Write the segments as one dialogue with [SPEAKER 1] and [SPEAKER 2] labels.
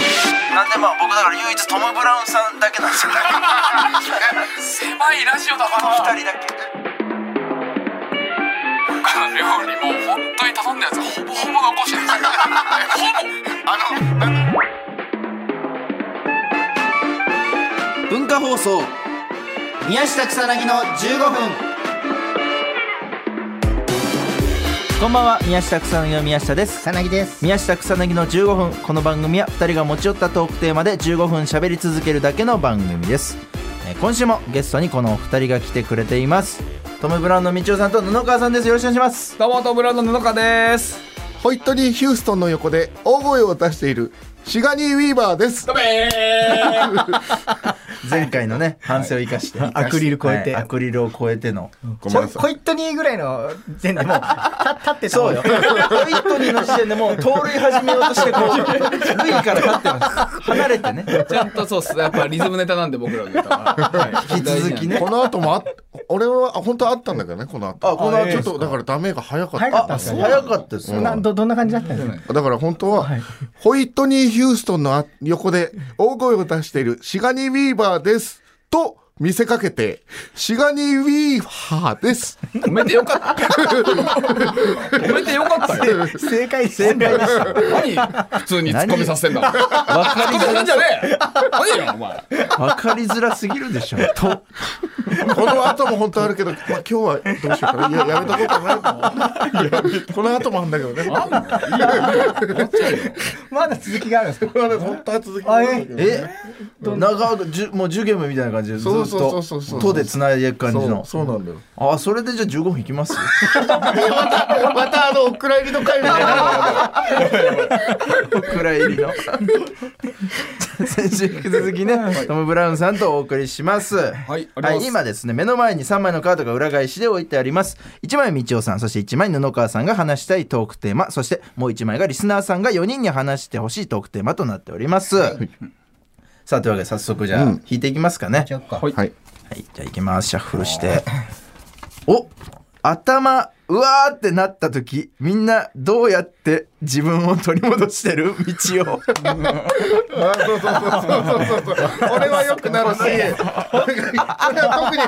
[SPEAKER 1] れでまあ僕だから唯一トム・ブラウンさんだけなん ですよ
[SPEAKER 2] 狭いラジオだな
[SPEAKER 1] 二人だけ
[SPEAKER 2] 他の料理も本当に頼んだやつほぼほぼ残してるんですよ
[SPEAKER 1] あのなんか
[SPEAKER 3] 文化放送宮下草薙の15分
[SPEAKER 4] こんばんは宮下草薙の宮下です
[SPEAKER 3] 草薙です
[SPEAKER 4] 宮下草薙の15分この番組は2人が持ち寄ったトークテーマで15分喋り続けるだけの番組です、えー今週もゲストにこのお二人が来てくれていますトム・ブラウンの道夫さんと布川さんですよろしくお願いします
[SPEAKER 5] どうもトムブラウンの布川です
[SPEAKER 6] ホイットニー・ヒューストンの横で大声を出しているシガニー・ウィーバーです。
[SPEAKER 4] 前回のね反省を生かして、
[SPEAKER 3] アクリル超えて
[SPEAKER 4] はいアクリルを超えての
[SPEAKER 6] ごめんなさ
[SPEAKER 3] ホ
[SPEAKER 6] い。
[SPEAKER 3] イットニーぐらいの前で もうた立ってたもんよ
[SPEAKER 4] ホイットニーの時点でもう盗塁始めようとしてこう塁から勝ってます離れてね
[SPEAKER 5] ちゃんとそうっすやっぱリズムネタなんで僕らのネタは、はい
[SPEAKER 4] 引き続きね
[SPEAKER 6] この後もあ、俺は本当はあったんだけどね、この後。
[SPEAKER 4] あこの後
[SPEAKER 6] ちょっとだからダメが早かっ
[SPEAKER 3] 早かった
[SPEAKER 6] た。
[SPEAKER 4] あ
[SPEAKER 3] んですよね
[SPEAKER 4] 早かったですよ、
[SPEAKER 3] などどんな感じだったんですか
[SPEAKER 6] だから本当は、ホイットニー・ヒューストンのあ横で大声を出しているシガニー・ウィーバーです。と見せかけて、シガニー・ウィーハーです。
[SPEAKER 5] 褒めてよかった褒めてよかったよ
[SPEAKER 3] 正解正解です
[SPEAKER 5] 何普通に突っ込みさせてんだもん突っ
[SPEAKER 4] わかり
[SPEAKER 5] 込みさ
[SPEAKER 4] づ
[SPEAKER 5] せ
[SPEAKER 4] ら
[SPEAKER 5] んじゃねえよ何よお前
[SPEAKER 4] わかりづらすぎるでしょと
[SPEAKER 6] この後も本当はあるけど、まあ、今日はどうしようかな。いや、やめとこうかな。いやこの後もあるんだけどね。
[SPEAKER 3] まだ続きがあるんですか
[SPEAKER 6] これは本当は続きなんだけどね
[SPEAKER 4] え長じゅもう10ゲームみたいな感じでずっ
[SPEAKER 6] そうそうそ
[SPEAKER 4] と
[SPEAKER 6] うそうそう
[SPEAKER 4] とでつないでいく感じの
[SPEAKER 6] そうそうなんだよ。
[SPEAKER 4] あそれでじゃあ15分いきます
[SPEAKER 6] またあのお蔵入りの会みたいな。
[SPEAKER 4] お蔵入りの先週引き続きね、トム・ブラウンさんとお送りしますはい
[SPEAKER 5] あります
[SPEAKER 4] 今ですね目の前に3枚のカードが裏返しで置いてあります1枚道夫さんそして1枚布川さんが話したいトークテーマそしてもう1枚がリスナーさんが4人に話してほしいトークテーマとなっております、さあというわけで早速じゃあ引いていきますかね、
[SPEAKER 5] はい
[SPEAKER 6] はい。
[SPEAKER 4] はい、じゃあ行きます。シャッフルして。お頭、うわーってなった時、みんなどうやって自分を取り戻してる道を。
[SPEAKER 6] あそうそうそうそうそうそうそう。俺は良くなるし、これは特に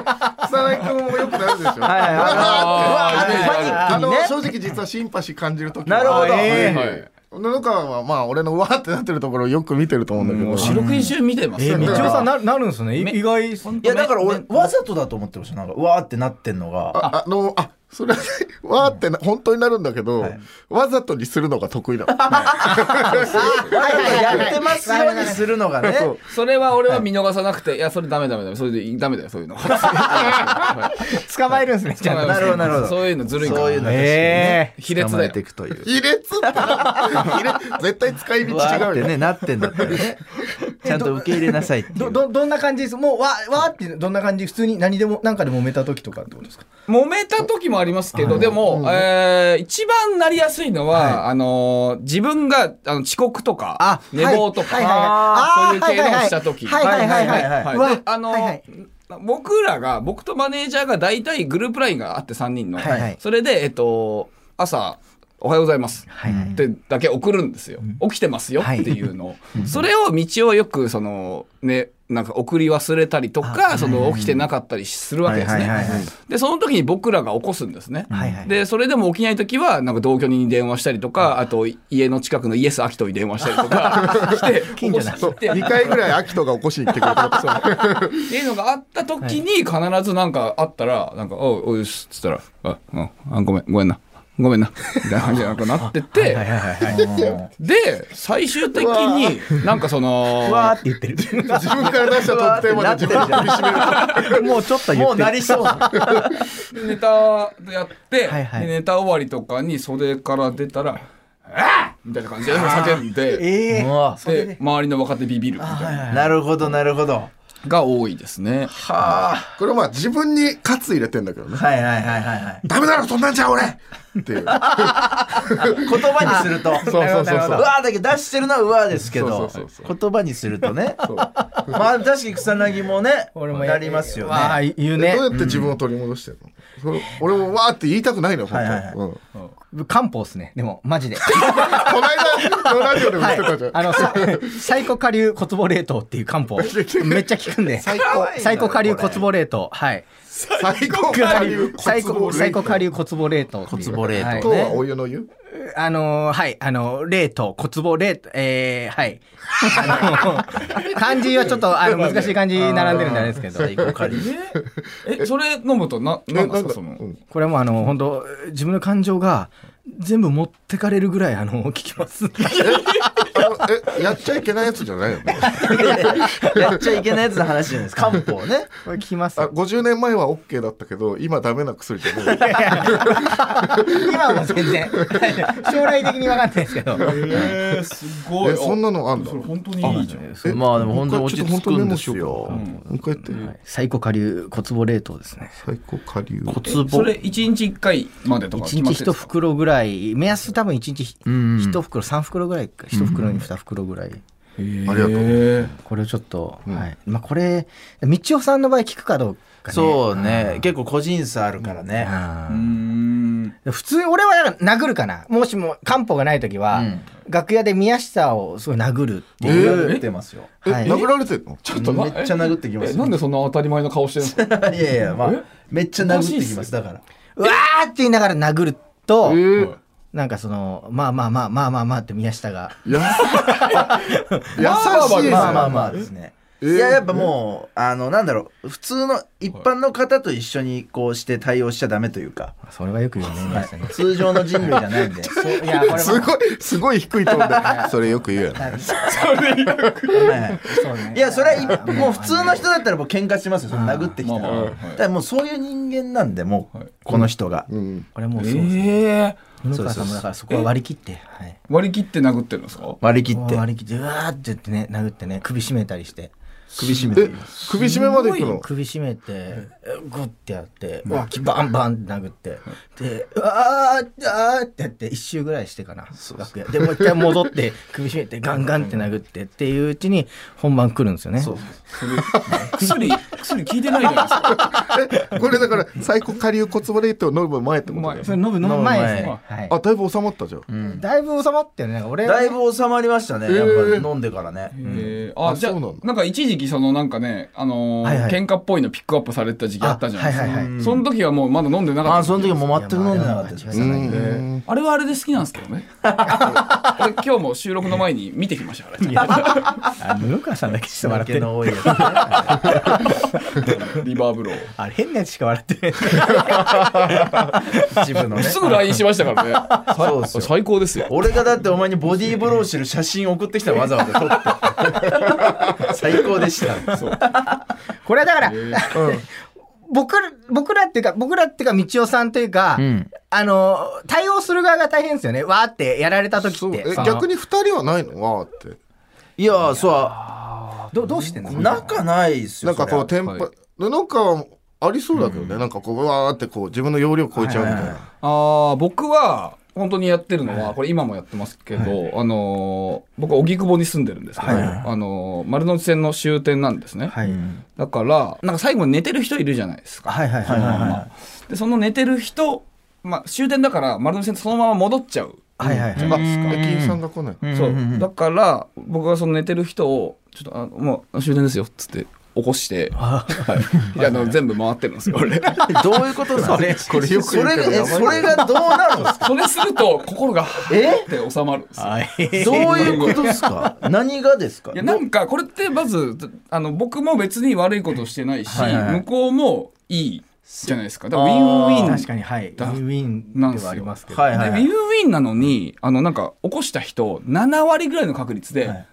[SPEAKER 6] 草薙君も良くなるでしょ。
[SPEAKER 4] はい、あ
[SPEAKER 5] あーイメージある
[SPEAKER 6] あの
[SPEAKER 4] ね
[SPEAKER 6] 正直実はシンパシー感じる時
[SPEAKER 4] なるほど
[SPEAKER 6] え
[SPEAKER 5] は
[SPEAKER 6] え布川はまあ俺のうわーってなってるところをよく見てると思うんだけ
[SPEAKER 5] も
[SPEAKER 6] ど
[SPEAKER 5] う四六時中見てますよ、
[SPEAKER 3] 道夫さんななるんですねい意外
[SPEAKER 4] の、いや、だから俺、わざとだと思ってました。なんか、うわーってなってんのが。
[SPEAKER 6] ああのあそれはねわーってな本当になるんだけどわざとにするのが得意なの
[SPEAKER 4] やってますようにするのがね。
[SPEAKER 5] それは俺は見逃さなくていやそれダメダメダメそれでダメだよそういうのは
[SPEAKER 3] 捕まえるんですね
[SPEAKER 5] い
[SPEAKER 3] ちゃんと
[SPEAKER 4] なるほどなるほど
[SPEAKER 5] そういうのずるいから
[SPEAKER 4] そういうの確かに
[SPEAKER 3] え
[SPEAKER 4] ね、
[SPEAKER 5] 卑劣
[SPEAKER 4] 捕
[SPEAKER 5] だよ
[SPEAKER 4] まえていくという。
[SPEAKER 6] 卑劣って卑劣絶対使い道
[SPEAKER 4] うわーっ
[SPEAKER 6] 違う
[SPEAKER 4] て
[SPEAKER 6] よ
[SPEAKER 4] ね、なってんだったらね。ちゃんと受け入れなさいっていう
[SPEAKER 3] どどどんな感じですもうわわーってどんな感じ普通に何でもなんかで揉めた時とかってことですか
[SPEAKER 5] 揉めた時もありますけど、でも、えー一番なりやすいのは、あのー自分があの遅刻とか、寝坊とか、
[SPEAKER 3] はいはいはい
[SPEAKER 5] そういう系のを
[SPEAKER 3] あー
[SPEAKER 5] した時。
[SPEAKER 3] はいはいはいはいはい
[SPEAKER 5] は
[SPEAKER 3] はいいは
[SPEAKER 5] で
[SPEAKER 3] い
[SPEAKER 5] あのー
[SPEAKER 3] はいはい
[SPEAKER 5] 僕らが、僕とマネージャーが大体グループラインがあって3人の。
[SPEAKER 3] はいはい
[SPEAKER 5] それで、えっと、朝、おはようございます。ってだけ送るんですよ。起きてますよっていうのを。それを道をよく、その、ね、なんか送り忘れたりとか、その起きてなかったりするわけですね。
[SPEAKER 4] はいはいはいはい
[SPEAKER 5] でその時に僕らが起こすんですね、
[SPEAKER 3] はいはい
[SPEAKER 5] でそれでも起きない時はなんか同居人に電話したりとかあと家の近くのイエス・アキトに電話したりと かして起こしてって
[SPEAKER 6] 2回ぐらいアキトが起こしに来てくれたこと
[SPEAKER 5] いうのがあった時に必ずなんかあったら「なんかおうおうよし」っつったら「あうんあごめんごめんなごめんな」みたいな感じになんかなって て、で最終的になんかその
[SPEAKER 3] わーって言ってる
[SPEAKER 6] 自分から出した特典まで自分で取り締め る
[SPEAKER 3] もうちょっと言ってる
[SPEAKER 4] もうなりそう。
[SPEAKER 5] でネタやって、
[SPEAKER 3] はいはい
[SPEAKER 5] でネタ終わりとかに袖から出たら「あっ!」みたいな感じで叫んで。
[SPEAKER 3] ええ
[SPEAKER 4] う わ
[SPEAKER 5] で周りの若手ビビるみたいな
[SPEAKER 4] なるほど、なるほど。
[SPEAKER 5] が多いですね。
[SPEAKER 6] これはまあ自分にカツ入れてんだけ どね
[SPEAKER 4] はいはいはいはいはい。
[SPEAKER 6] ダメだろそんなんじゃ俺ってい
[SPEAKER 4] 言
[SPEAKER 6] う
[SPEAKER 4] 葉にすると。
[SPEAKER 6] そうそうそう
[SPEAKER 4] う
[SPEAKER 6] そう
[SPEAKER 4] わーだけど出してるのはうわーですけど
[SPEAKER 6] そうそうそう
[SPEAKER 4] 言葉にするとねまあ確かに草薙もね
[SPEAKER 3] 俺もや
[SPEAKER 4] なりますよね
[SPEAKER 3] わー言う
[SPEAKER 6] え
[SPEAKER 3] ね
[SPEAKER 6] どうやって自分を取り戻してるの、それ俺もわーって言いたくないのよ、本
[SPEAKER 4] はいはいはい
[SPEAKER 6] 当。うん
[SPEAKER 7] 漢方っすね。で も、マジで。
[SPEAKER 6] この間のラジオでも言
[SPEAKER 7] は
[SPEAKER 6] ってたじゃ
[SPEAKER 7] い
[SPEAKER 6] ん。。
[SPEAKER 7] あの、さサイコ下流骨棒冷凍っていう漢 方。めっちゃ効くんで。サイコ下流骨棒冷凍。はい。
[SPEAKER 6] 最高下流
[SPEAKER 7] サイコ、サイコ下
[SPEAKER 6] 流
[SPEAKER 7] 流骨棒冷凍っていう。
[SPEAKER 4] 骨棒冷凍
[SPEAKER 7] はい
[SPEAKER 6] とはお湯の湯
[SPEAKER 7] あのーはい、あのー、冷凍、骨棒冷凍、えー、はい。あの ー漢字はちょっと、あの、難しい漢字並んでるんじゃないですけど。
[SPEAKER 5] え、それ飲むとな、なんですか、その。
[SPEAKER 6] うん
[SPEAKER 7] これはもうあの、本当自分の感情が全部持ってかれるぐらい、あの、聞きます。
[SPEAKER 6] あのえ、やっちゃいけないやつじゃないよね。
[SPEAKER 4] やっちゃいけないやつの話じゃないですか漢方 ね
[SPEAKER 7] これ聞きます
[SPEAKER 6] あ。50年前は OK だったけど今ダメな薬じゃない
[SPEAKER 7] 今はもう全然。将来的に分かんないですけど。
[SPEAKER 5] えー、すご
[SPEAKER 6] えそんなのあんだ
[SPEAKER 5] それ本当にいいじゃん。
[SPEAKER 6] え
[SPEAKER 4] まあでも本当に落ち着くんです
[SPEAKER 6] ち
[SPEAKER 4] よ
[SPEAKER 6] ょっと本当にメモしようかもう一回やって、
[SPEAKER 7] サイコ下流骨棒冷凍ですね。
[SPEAKER 6] 最高下流
[SPEAKER 4] 骨
[SPEAKER 5] そ
[SPEAKER 4] 棒
[SPEAKER 5] れ一日一回までとか
[SPEAKER 7] 一日一
[SPEAKER 5] か
[SPEAKER 7] 袋ぐらい、目安多分一日
[SPEAKER 4] ん
[SPEAKER 7] 一袋、三袋ぐらいか、一袋に二袋ぐらい。
[SPEAKER 5] あり
[SPEAKER 6] ありがとう
[SPEAKER 7] これをちょっと、はい。まあこれ、道夫さんの場合聞くかどうかね。
[SPEAKER 4] そうね結構個人差あるからね
[SPEAKER 7] あ
[SPEAKER 5] うー
[SPEAKER 7] ー
[SPEAKER 5] ん
[SPEAKER 7] 普通俺は殴るかなもしも漢方がない時は、
[SPEAKER 4] うん
[SPEAKER 7] 楽屋で宮下をすごい殴るって
[SPEAKER 4] 僕
[SPEAKER 7] いう、
[SPEAKER 4] 殴ってますよ
[SPEAKER 6] え、
[SPEAKER 7] はい
[SPEAKER 6] 殴られてんの
[SPEAKER 5] ちょっと
[SPEAKER 4] め
[SPEAKER 5] な
[SPEAKER 4] っちゃ殴ってきます
[SPEAKER 5] えなんでそんな当たり前の顔してるんですか
[SPEAKER 4] いやいやまあ
[SPEAKER 5] え
[SPEAKER 4] めっちゃ殴ってき
[SPEAKER 5] おかしい
[SPEAKER 4] ま
[SPEAKER 5] っ
[SPEAKER 4] す
[SPEAKER 5] す
[SPEAKER 4] だから
[SPEAKER 7] うわーって言いながら殴ると、
[SPEAKER 6] え
[SPEAKER 7] なんかそのまあまあまあまあまあまあって宮下が
[SPEAKER 6] ー、や 優しいです
[SPEAKER 4] まあまあ
[SPEAKER 6] ね
[SPEAKER 4] まあですねい
[SPEAKER 6] えー
[SPEAKER 4] ややっぱもうあのなんだろう普通の一般の方と一緒にこうして対応しちゃダメというか
[SPEAKER 7] それはよく言うね宮下ね。
[SPEAKER 4] 通常の人類じゃないんで
[SPEAKER 7] そういやこ れ
[SPEAKER 6] す
[SPEAKER 7] も
[SPEAKER 6] ごいすごい低いトーンでそれよく言うよね
[SPEAKER 4] はい
[SPEAKER 7] そうね
[SPEAKER 4] いやそれはいもう普通の人だったらもう喧嘩しますよその殴ってきた
[SPEAKER 5] まあまあ
[SPEAKER 4] ら
[SPEAKER 5] はい
[SPEAKER 4] だからもうそういう人間なんでもう
[SPEAKER 5] はい
[SPEAKER 4] この人が
[SPEAKER 6] うん
[SPEAKER 7] これもうそうですね。
[SPEAKER 5] ええ
[SPEAKER 7] 布川さんもだからそこは割り切って、はい、
[SPEAKER 5] 割り切って殴ってるんですか
[SPEAKER 4] 割り切って
[SPEAKER 7] 割り切ってうわーって言ってね殴ってね首絞めたりして
[SPEAKER 4] 首絞めて
[SPEAKER 6] え首絞めまで行くの
[SPEAKER 7] 首絞めてグッてやって脇バンバンって殴ってで「あーあー」ってやって一周ぐらいしてかな楽屋でもう一回戻って首絞めてガンガンって殴ってっていううちに本番来るんですよね
[SPEAKER 5] 薬薬効いてないじゃないですか
[SPEAKER 6] えこれだから最高下流骨ボレートを飲む前ってことだよ
[SPEAKER 7] それ飲む飲む前ですね、はい
[SPEAKER 6] あだいぶ収まったじゃん、
[SPEAKER 7] だいぶ収まったよねなんか俺は
[SPEAKER 4] だいぶ収まりましたねやっぱ飲んでからね
[SPEAKER 5] えーあ
[SPEAKER 6] あ
[SPEAKER 5] じゃあ
[SPEAKER 6] そう
[SPEAKER 5] な
[SPEAKER 6] なん
[SPEAKER 5] ん
[SPEAKER 6] だ
[SPEAKER 5] か一時期そのなんかねあのー
[SPEAKER 7] はいはい
[SPEAKER 5] 喧嘩っぽいのピックアップされてた時期あったじゃないですか、
[SPEAKER 7] あはいはい
[SPEAKER 4] は
[SPEAKER 5] その時はもうまだ飲んでなか
[SPEAKER 4] あ
[SPEAKER 5] った
[SPEAKER 4] その時もう全く飲んでなかったです
[SPEAKER 7] いやまあ
[SPEAKER 6] う
[SPEAKER 7] でも
[SPEAKER 6] ん
[SPEAKER 5] あれはあれで好きなんですけどね俺今日も収録の前に見てきましたからね
[SPEAKER 7] あ布川さんだけして笑って
[SPEAKER 4] 酒
[SPEAKER 7] る
[SPEAKER 4] の多いやつね
[SPEAKER 5] リバーブロー
[SPEAKER 7] あれ変なやつしか笑ってない
[SPEAKER 4] 一部のね
[SPEAKER 5] すぐ LINE しましたからね
[SPEAKER 4] そうですよ
[SPEAKER 5] 最高ですよ
[SPEAKER 4] 俺がだってお前にボディーブローしてる写真送ってきたのわざわざ撮って最高でした
[SPEAKER 7] これはだから、僕ら僕らっていうか僕らっていうか道夫さんというか、
[SPEAKER 4] ん
[SPEAKER 7] あの対応する側が大変ですよねわーってやられた時
[SPEAKER 6] そう
[SPEAKER 7] って
[SPEAKER 6] え逆に二人はないのわーって
[SPEAKER 4] いやそ
[SPEAKER 7] どどうしてんの
[SPEAKER 4] う仲ないです
[SPEAKER 6] な
[SPEAKER 4] よ
[SPEAKER 6] んかこう
[SPEAKER 4] そりゃ
[SPEAKER 6] テンパ、なんかありそうだけどね、なんかこうわーってこう自分の容量超えちゃうみたいな、
[SPEAKER 5] ああ僕は本当にやってるのはこれ今もやってますけど、あのー僕荻窪に住んでるんですけど、あのー丸の内線の終点なんですね、
[SPEAKER 7] はい、
[SPEAKER 5] だからなんか最後に寝てる人いるじゃないですか、
[SPEAKER 7] はいはいはいはいはい
[SPEAKER 5] でその寝てる人、まあ、終点だから丸の内線そのまま戻っちゃう、
[SPEAKER 7] はいはい
[SPEAKER 6] あ駅員さんが来ない、
[SPEAKER 5] そうだから僕がその寝てる人をちょっとあのもう終点ですよっつって起こして、はい、いやあの全部回ってるんですよ俺
[SPEAKER 4] どういうことなんですか
[SPEAKER 6] これよく言う
[SPEAKER 4] それ
[SPEAKER 6] けどや
[SPEAKER 4] え
[SPEAKER 6] ばいよ
[SPEAKER 4] それがどうなるんですか
[SPEAKER 5] それすると心がはーって収まるんですよ
[SPEAKER 4] どういうことですか 何がですか
[SPEAKER 5] いやなんかこれってまずあの僕も別に悪いことしてないし、
[SPEAKER 4] はいはい
[SPEAKER 5] 向こうもいいじゃないですかだからウィンウィン
[SPEAKER 7] 確かにはいウ
[SPEAKER 5] だ
[SPEAKER 7] ィンウィ
[SPEAKER 5] な
[SPEAKER 7] ン
[SPEAKER 5] ん
[SPEAKER 7] ですは
[SPEAKER 5] よ
[SPEAKER 7] ありますけど、
[SPEAKER 4] はいはいは
[SPEAKER 5] でウィンウィンなのにあのなんか起こした人7割ぐらいの確率で、
[SPEAKER 4] はい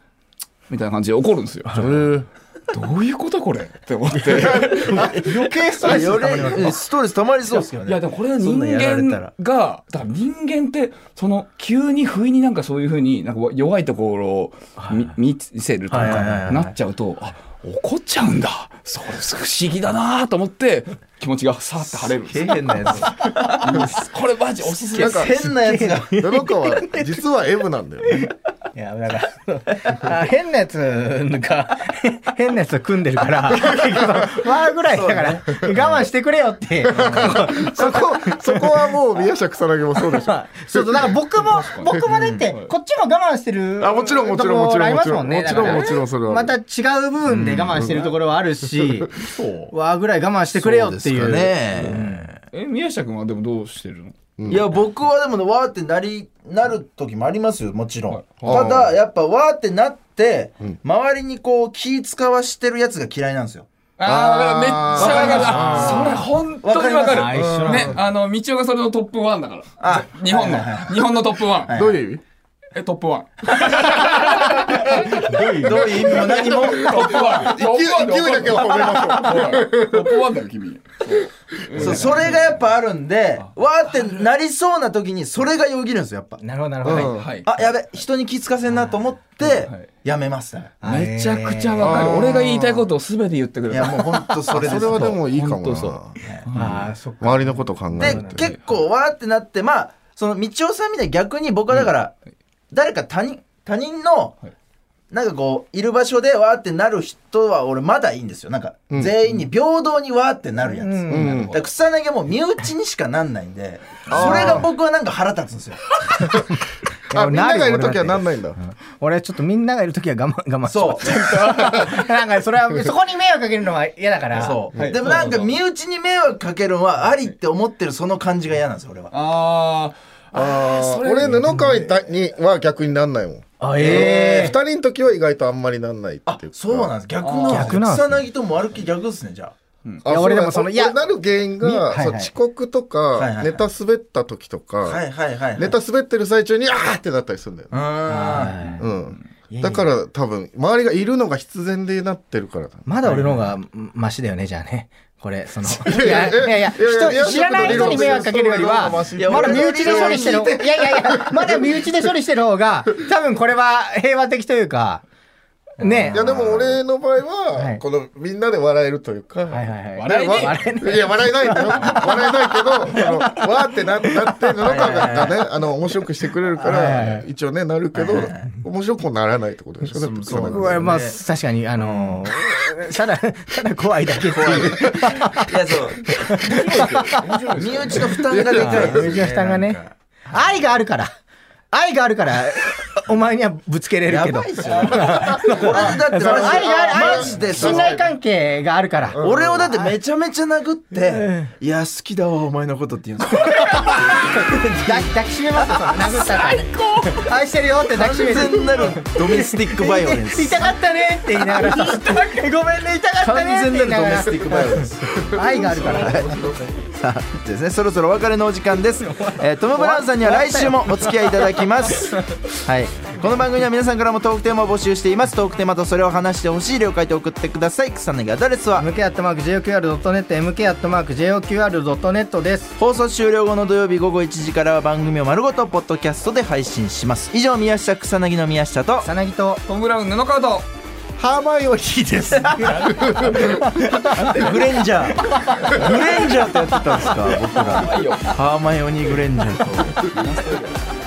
[SPEAKER 5] みたいな感じで怒るんですよ。どういうことこれって思って。
[SPEAKER 4] 余計ストレス溜まりますよストレス溜まりそうですよね
[SPEAKER 5] いやでもこれは
[SPEAKER 4] そん
[SPEAKER 5] 人
[SPEAKER 4] なんやられたら
[SPEAKER 5] 間がだから人間ってその急に不意になんかそういうふうになんか弱いところをみ見せると
[SPEAKER 4] はいはいはいは
[SPEAKER 5] か
[SPEAKER 4] い
[SPEAKER 5] なっちゃうとあ怒っちゃうんだそれ不思議だなと思って気持ちがさーって晴れるんですよ
[SPEAKER 4] 変なやつ
[SPEAKER 5] これマジおすすめです
[SPEAKER 4] 変なやつが
[SPEAKER 6] 布川実は M なんだよね
[SPEAKER 7] いや、だから、あ 変なやつが、 変なやつを組んで るから、結局、わーぐらいだから、我慢してくれよって。
[SPEAKER 6] そこ、そこはもう宮下草薙もそうでしょ。
[SPEAKER 7] そうそう、だから僕も、僕もだって、こっちも我慢してる。
[SPEAKER 6] あもちろんもちろんもちろん
[SPEAKER 7] ありますもんね。
[SPEAKER 6] もちろん
[SPEAKER 7] だから
[SPEAKER 6] もちろんそれは
[SPEAKER 7] また違う部分で我慢してるところはあるし、わーぐらい我慢してくれよっていう。
[SPEAKER 4] ね、
[SPEAKER 5] え宮下君はでもどうしてるの
[SPEAKER 4] いや僕はでもねわーってなりなる時もありますよもちろん、
[SPEAKER 6] は
[SPEAKER 4] た
[SPEAKER 6] い
[SPEAKER 4] だやっぱわーってなって、周りにこう気使わしてるやつが嫌いなんですよ
[SPEAKER 5] ああ、だからめっちゃわかる。それ本当にわか
[SPEAKER 4] わか
[SPEAKER 5] る
[SPEAKER 4] ります。
[SPEAKER 5] ね、あの、道夫がそれのトップワンだから。
[SPEAKER 4] あ
[SPEAKER 5] 日本の、日本のトップワン。
[SPEAKER 6] どういう意味
[SPEAKER 5] え、トップワ ン。
[SPEAKER 4] どういう意味も何も
[SPEAKER 5] トップワン。トップワン
[SPEAKER 6] 勢いだけは褒めましょう。
[SPEAKER 5] トップワンだよ、君。
[SPEAKER 4] そうそれがやっぱあるんでわーってなりそうな時にそれがよぎるんですよやっぱ
[SPEAKER 7] なるほど、なるほど。
[SPEAKER 5] はい。
[SPEAKER 4] あやべ人に気使わせんなと思って
[SPEAKER 5] はい
[SPEAKER 4] やめます、
[SPEAKER 5] めちゃくちゃわかる。俺が言いたいことを全て言ってく
[SPEAKER 4] い、
[SPEAKER 5] れ
[SPEAKER 4] や
[SPEAKER 5] る。
[SPEAKER 4] もうほんとそれです
[SPEAKER 6] それはでもいいかも
[SPEAKER 5] 本当そ
[SPEAKER 6] な。
[SPEAKER 7] ああ、そっか。
[SPEAKER 6] 周りのこと考え
[SPEAKER 4] で
[SPEAKER 6] るって。
[SPEAKER 4] 結構わーってなってまあその道夫さんみたいに逆に僕はだから、誰か他人他人の
[SPEAKER 5] はい
[SPEAKER 4] なんかこういる場所でわーってなる人は俺まだいいんですよなんか全員に平等にわーってなるやつ、だから草薙はもう身内にしかなんないんでそれが僕はなんか腹立つんですよ
[SPEAKER 6] あ、みんながいるときはなんないんだ。
[SPEAKER 7] 俺ちょっとみんながいるときは我慢、我慢し
[SPEAKER 4] そう
[SPEAKER 7] う。なんかそれは、そこに迷惑かけるのは嫌だから。
[SPEAKER 4] そう、でもなんか身内に迷惑かけるのはありって思ってるその感じが嫌なんですよ俺は
[SPEAKER 5] あ
[SPEAKER 6] あー
[SPEAKER 5] それ
[SPEAKER 6] 俺、布川には逆になんないもん。
[SPEAKER 7] あ、え
[SPEAKER 6] 二
[SPEAKER 7] え。
[SPEAKER 6] 人の時は意外とあんまりなんないって
[SPEAKER 4] あ
[SPEAKER 6] いうか。
[SPEAKER 4] そうなん
[SPEAKER 6] ん
[SPEAKER 4] です逆の
[SPEAKER 7] 逆なんです
[SPEAKER 4] 草薙とも歩き逆ですねじゃあ
[SPEAKER 6] い
[SPEAKER 7] いや俺でもそのいや
[SPEAKER 6] なる原因
[SPEAKER 7] みはいは
[SPEAKER 6] が、
[SPEAKER 7] い
[SPEAKER 6] そう遅刻と
[SPEAKER 4] いは
[SPEAKER 6] か、
[SPEAKER 4] い
[SPEAKER 6] ネタ滑った時と
[SPEAKER 4] は
[SPEAKER 6] か、
[SPEAKER 4] いはいはい、はい、
[SPEAKER 6] ネタ滑ってる最中に、あーってなったりするんだよね。
[SPEAKER 4] うーん
[SPEAKER 6] うん。だから多分、周りがいるのが必然でなってるからだ。
[SPEAKER 7] まだ俺の方がマシだよね、じゃあね。これ、その。い
[SPEAKER 6] いや
[SPEAKER 7] やいやいや、人知らない人に迷惑かけるよりは、
[SPEAKER 6] いや
[SPEAKER 7] まだ身内で処理してる。
[SPEAKER 6] 俺の理論を聞い
[SPEAKER 7] いやいやいや、まだ身内で処理してる方が、多分これは平和的というか、ね。
[SPEAKER 6] いやでも俺の場合
[SPEAKER 7] は、
[SPEAKER 6] はいこのみんなで笑えるというか、
[SPEAKER 7] はいはいはい。
[SPEAKER 5] 笑いね
[SPEAKER 7] 笑えない
[SPEAKER 6] いや、笑えないんだよ。笑えないけど、あの、わーってななって、布川がね、あの、面白くしてくれるから、一応ね、なるけど、面白くもならないってことでしょ、ね、そう
[SPEAKER 7] うわまあ、確かに、あのー、ただ、ただ怖いだけっていう。
[SPEAKER 4] いや そう身内の負担がでかい
[SPEAKER 7] 身内の負担がね
[SPEAKER 4] なんか
[SPEAKER 7] 愛があるから。愛があるから、お前にはぶつけれる
[SPEAKER 4] や
[SPEAKER 7] けど。
[SPEAKER 4] ばいっすよこれでだってマジで
[SPEAKER 7] そう愛がある、
[SPEAKER 4] マジでそ
[SPEAKER 7] 信
[SPEAKER 4] の
[SPEAKER 7] 頼関係があるから。
[SPEAKER 4] 俺をだってめちゃめちゃ殴って「いや好きだわお前のこと」って言うん ですよ
[SPEAKER 7] 抱き抱きしめますよ、殴ったら。最高愛してるよって抱きしめ
[SPEAKER 4] 完
[SPEAKER 7] る。
[SPEAKER 4] 全なるドメスティックバイオレン ス
[SPEAKER 7] 痛かったねって言いながらごめんね痛かっ
[SPEAKER 4] 完
[SPEAKER 7] たねって
[SPEAKER 4] 全ない
[SPEAKER 7] 言
[SPEAKER 4] る
[SPEAKER 7] な
[SPEAKER 4] ド
[SPEAKER 7] が
[SPEAKER 4] メ
[SPEAKER 7] ら
[SPEAKER 4] スティックバイオレンス
[SPEAKER 7] 愛があるから
[SPEAKER 4] さあですねそろそろお別れのお時間です、えートム・ブラウンさんには来週もお付き合いいただきますはいこの番組は皆さんからもトークテーマを募集していますトークテーマとそれを話してほしい了解て送ってください草薙アドレスは
[SPEAKER 7] MK アットマーク JOQR.net MK アットマーク JOQR.net です
[SPEAKER 4] 放送終了後の土曜日午後1時からは番組を丸ごとポッドキャストで配信します以上宮下草薙の宮下と
[SPEAKER 7] さなぎと
[SPEAKER 5] トム・ブラウン、布川と。
[SPEAKER 6] ハーマイオニーです。
[SPEAKER 4] グレンジャーグレンジャーってやってたんですか僕らハーマイオニー・グレンジャーと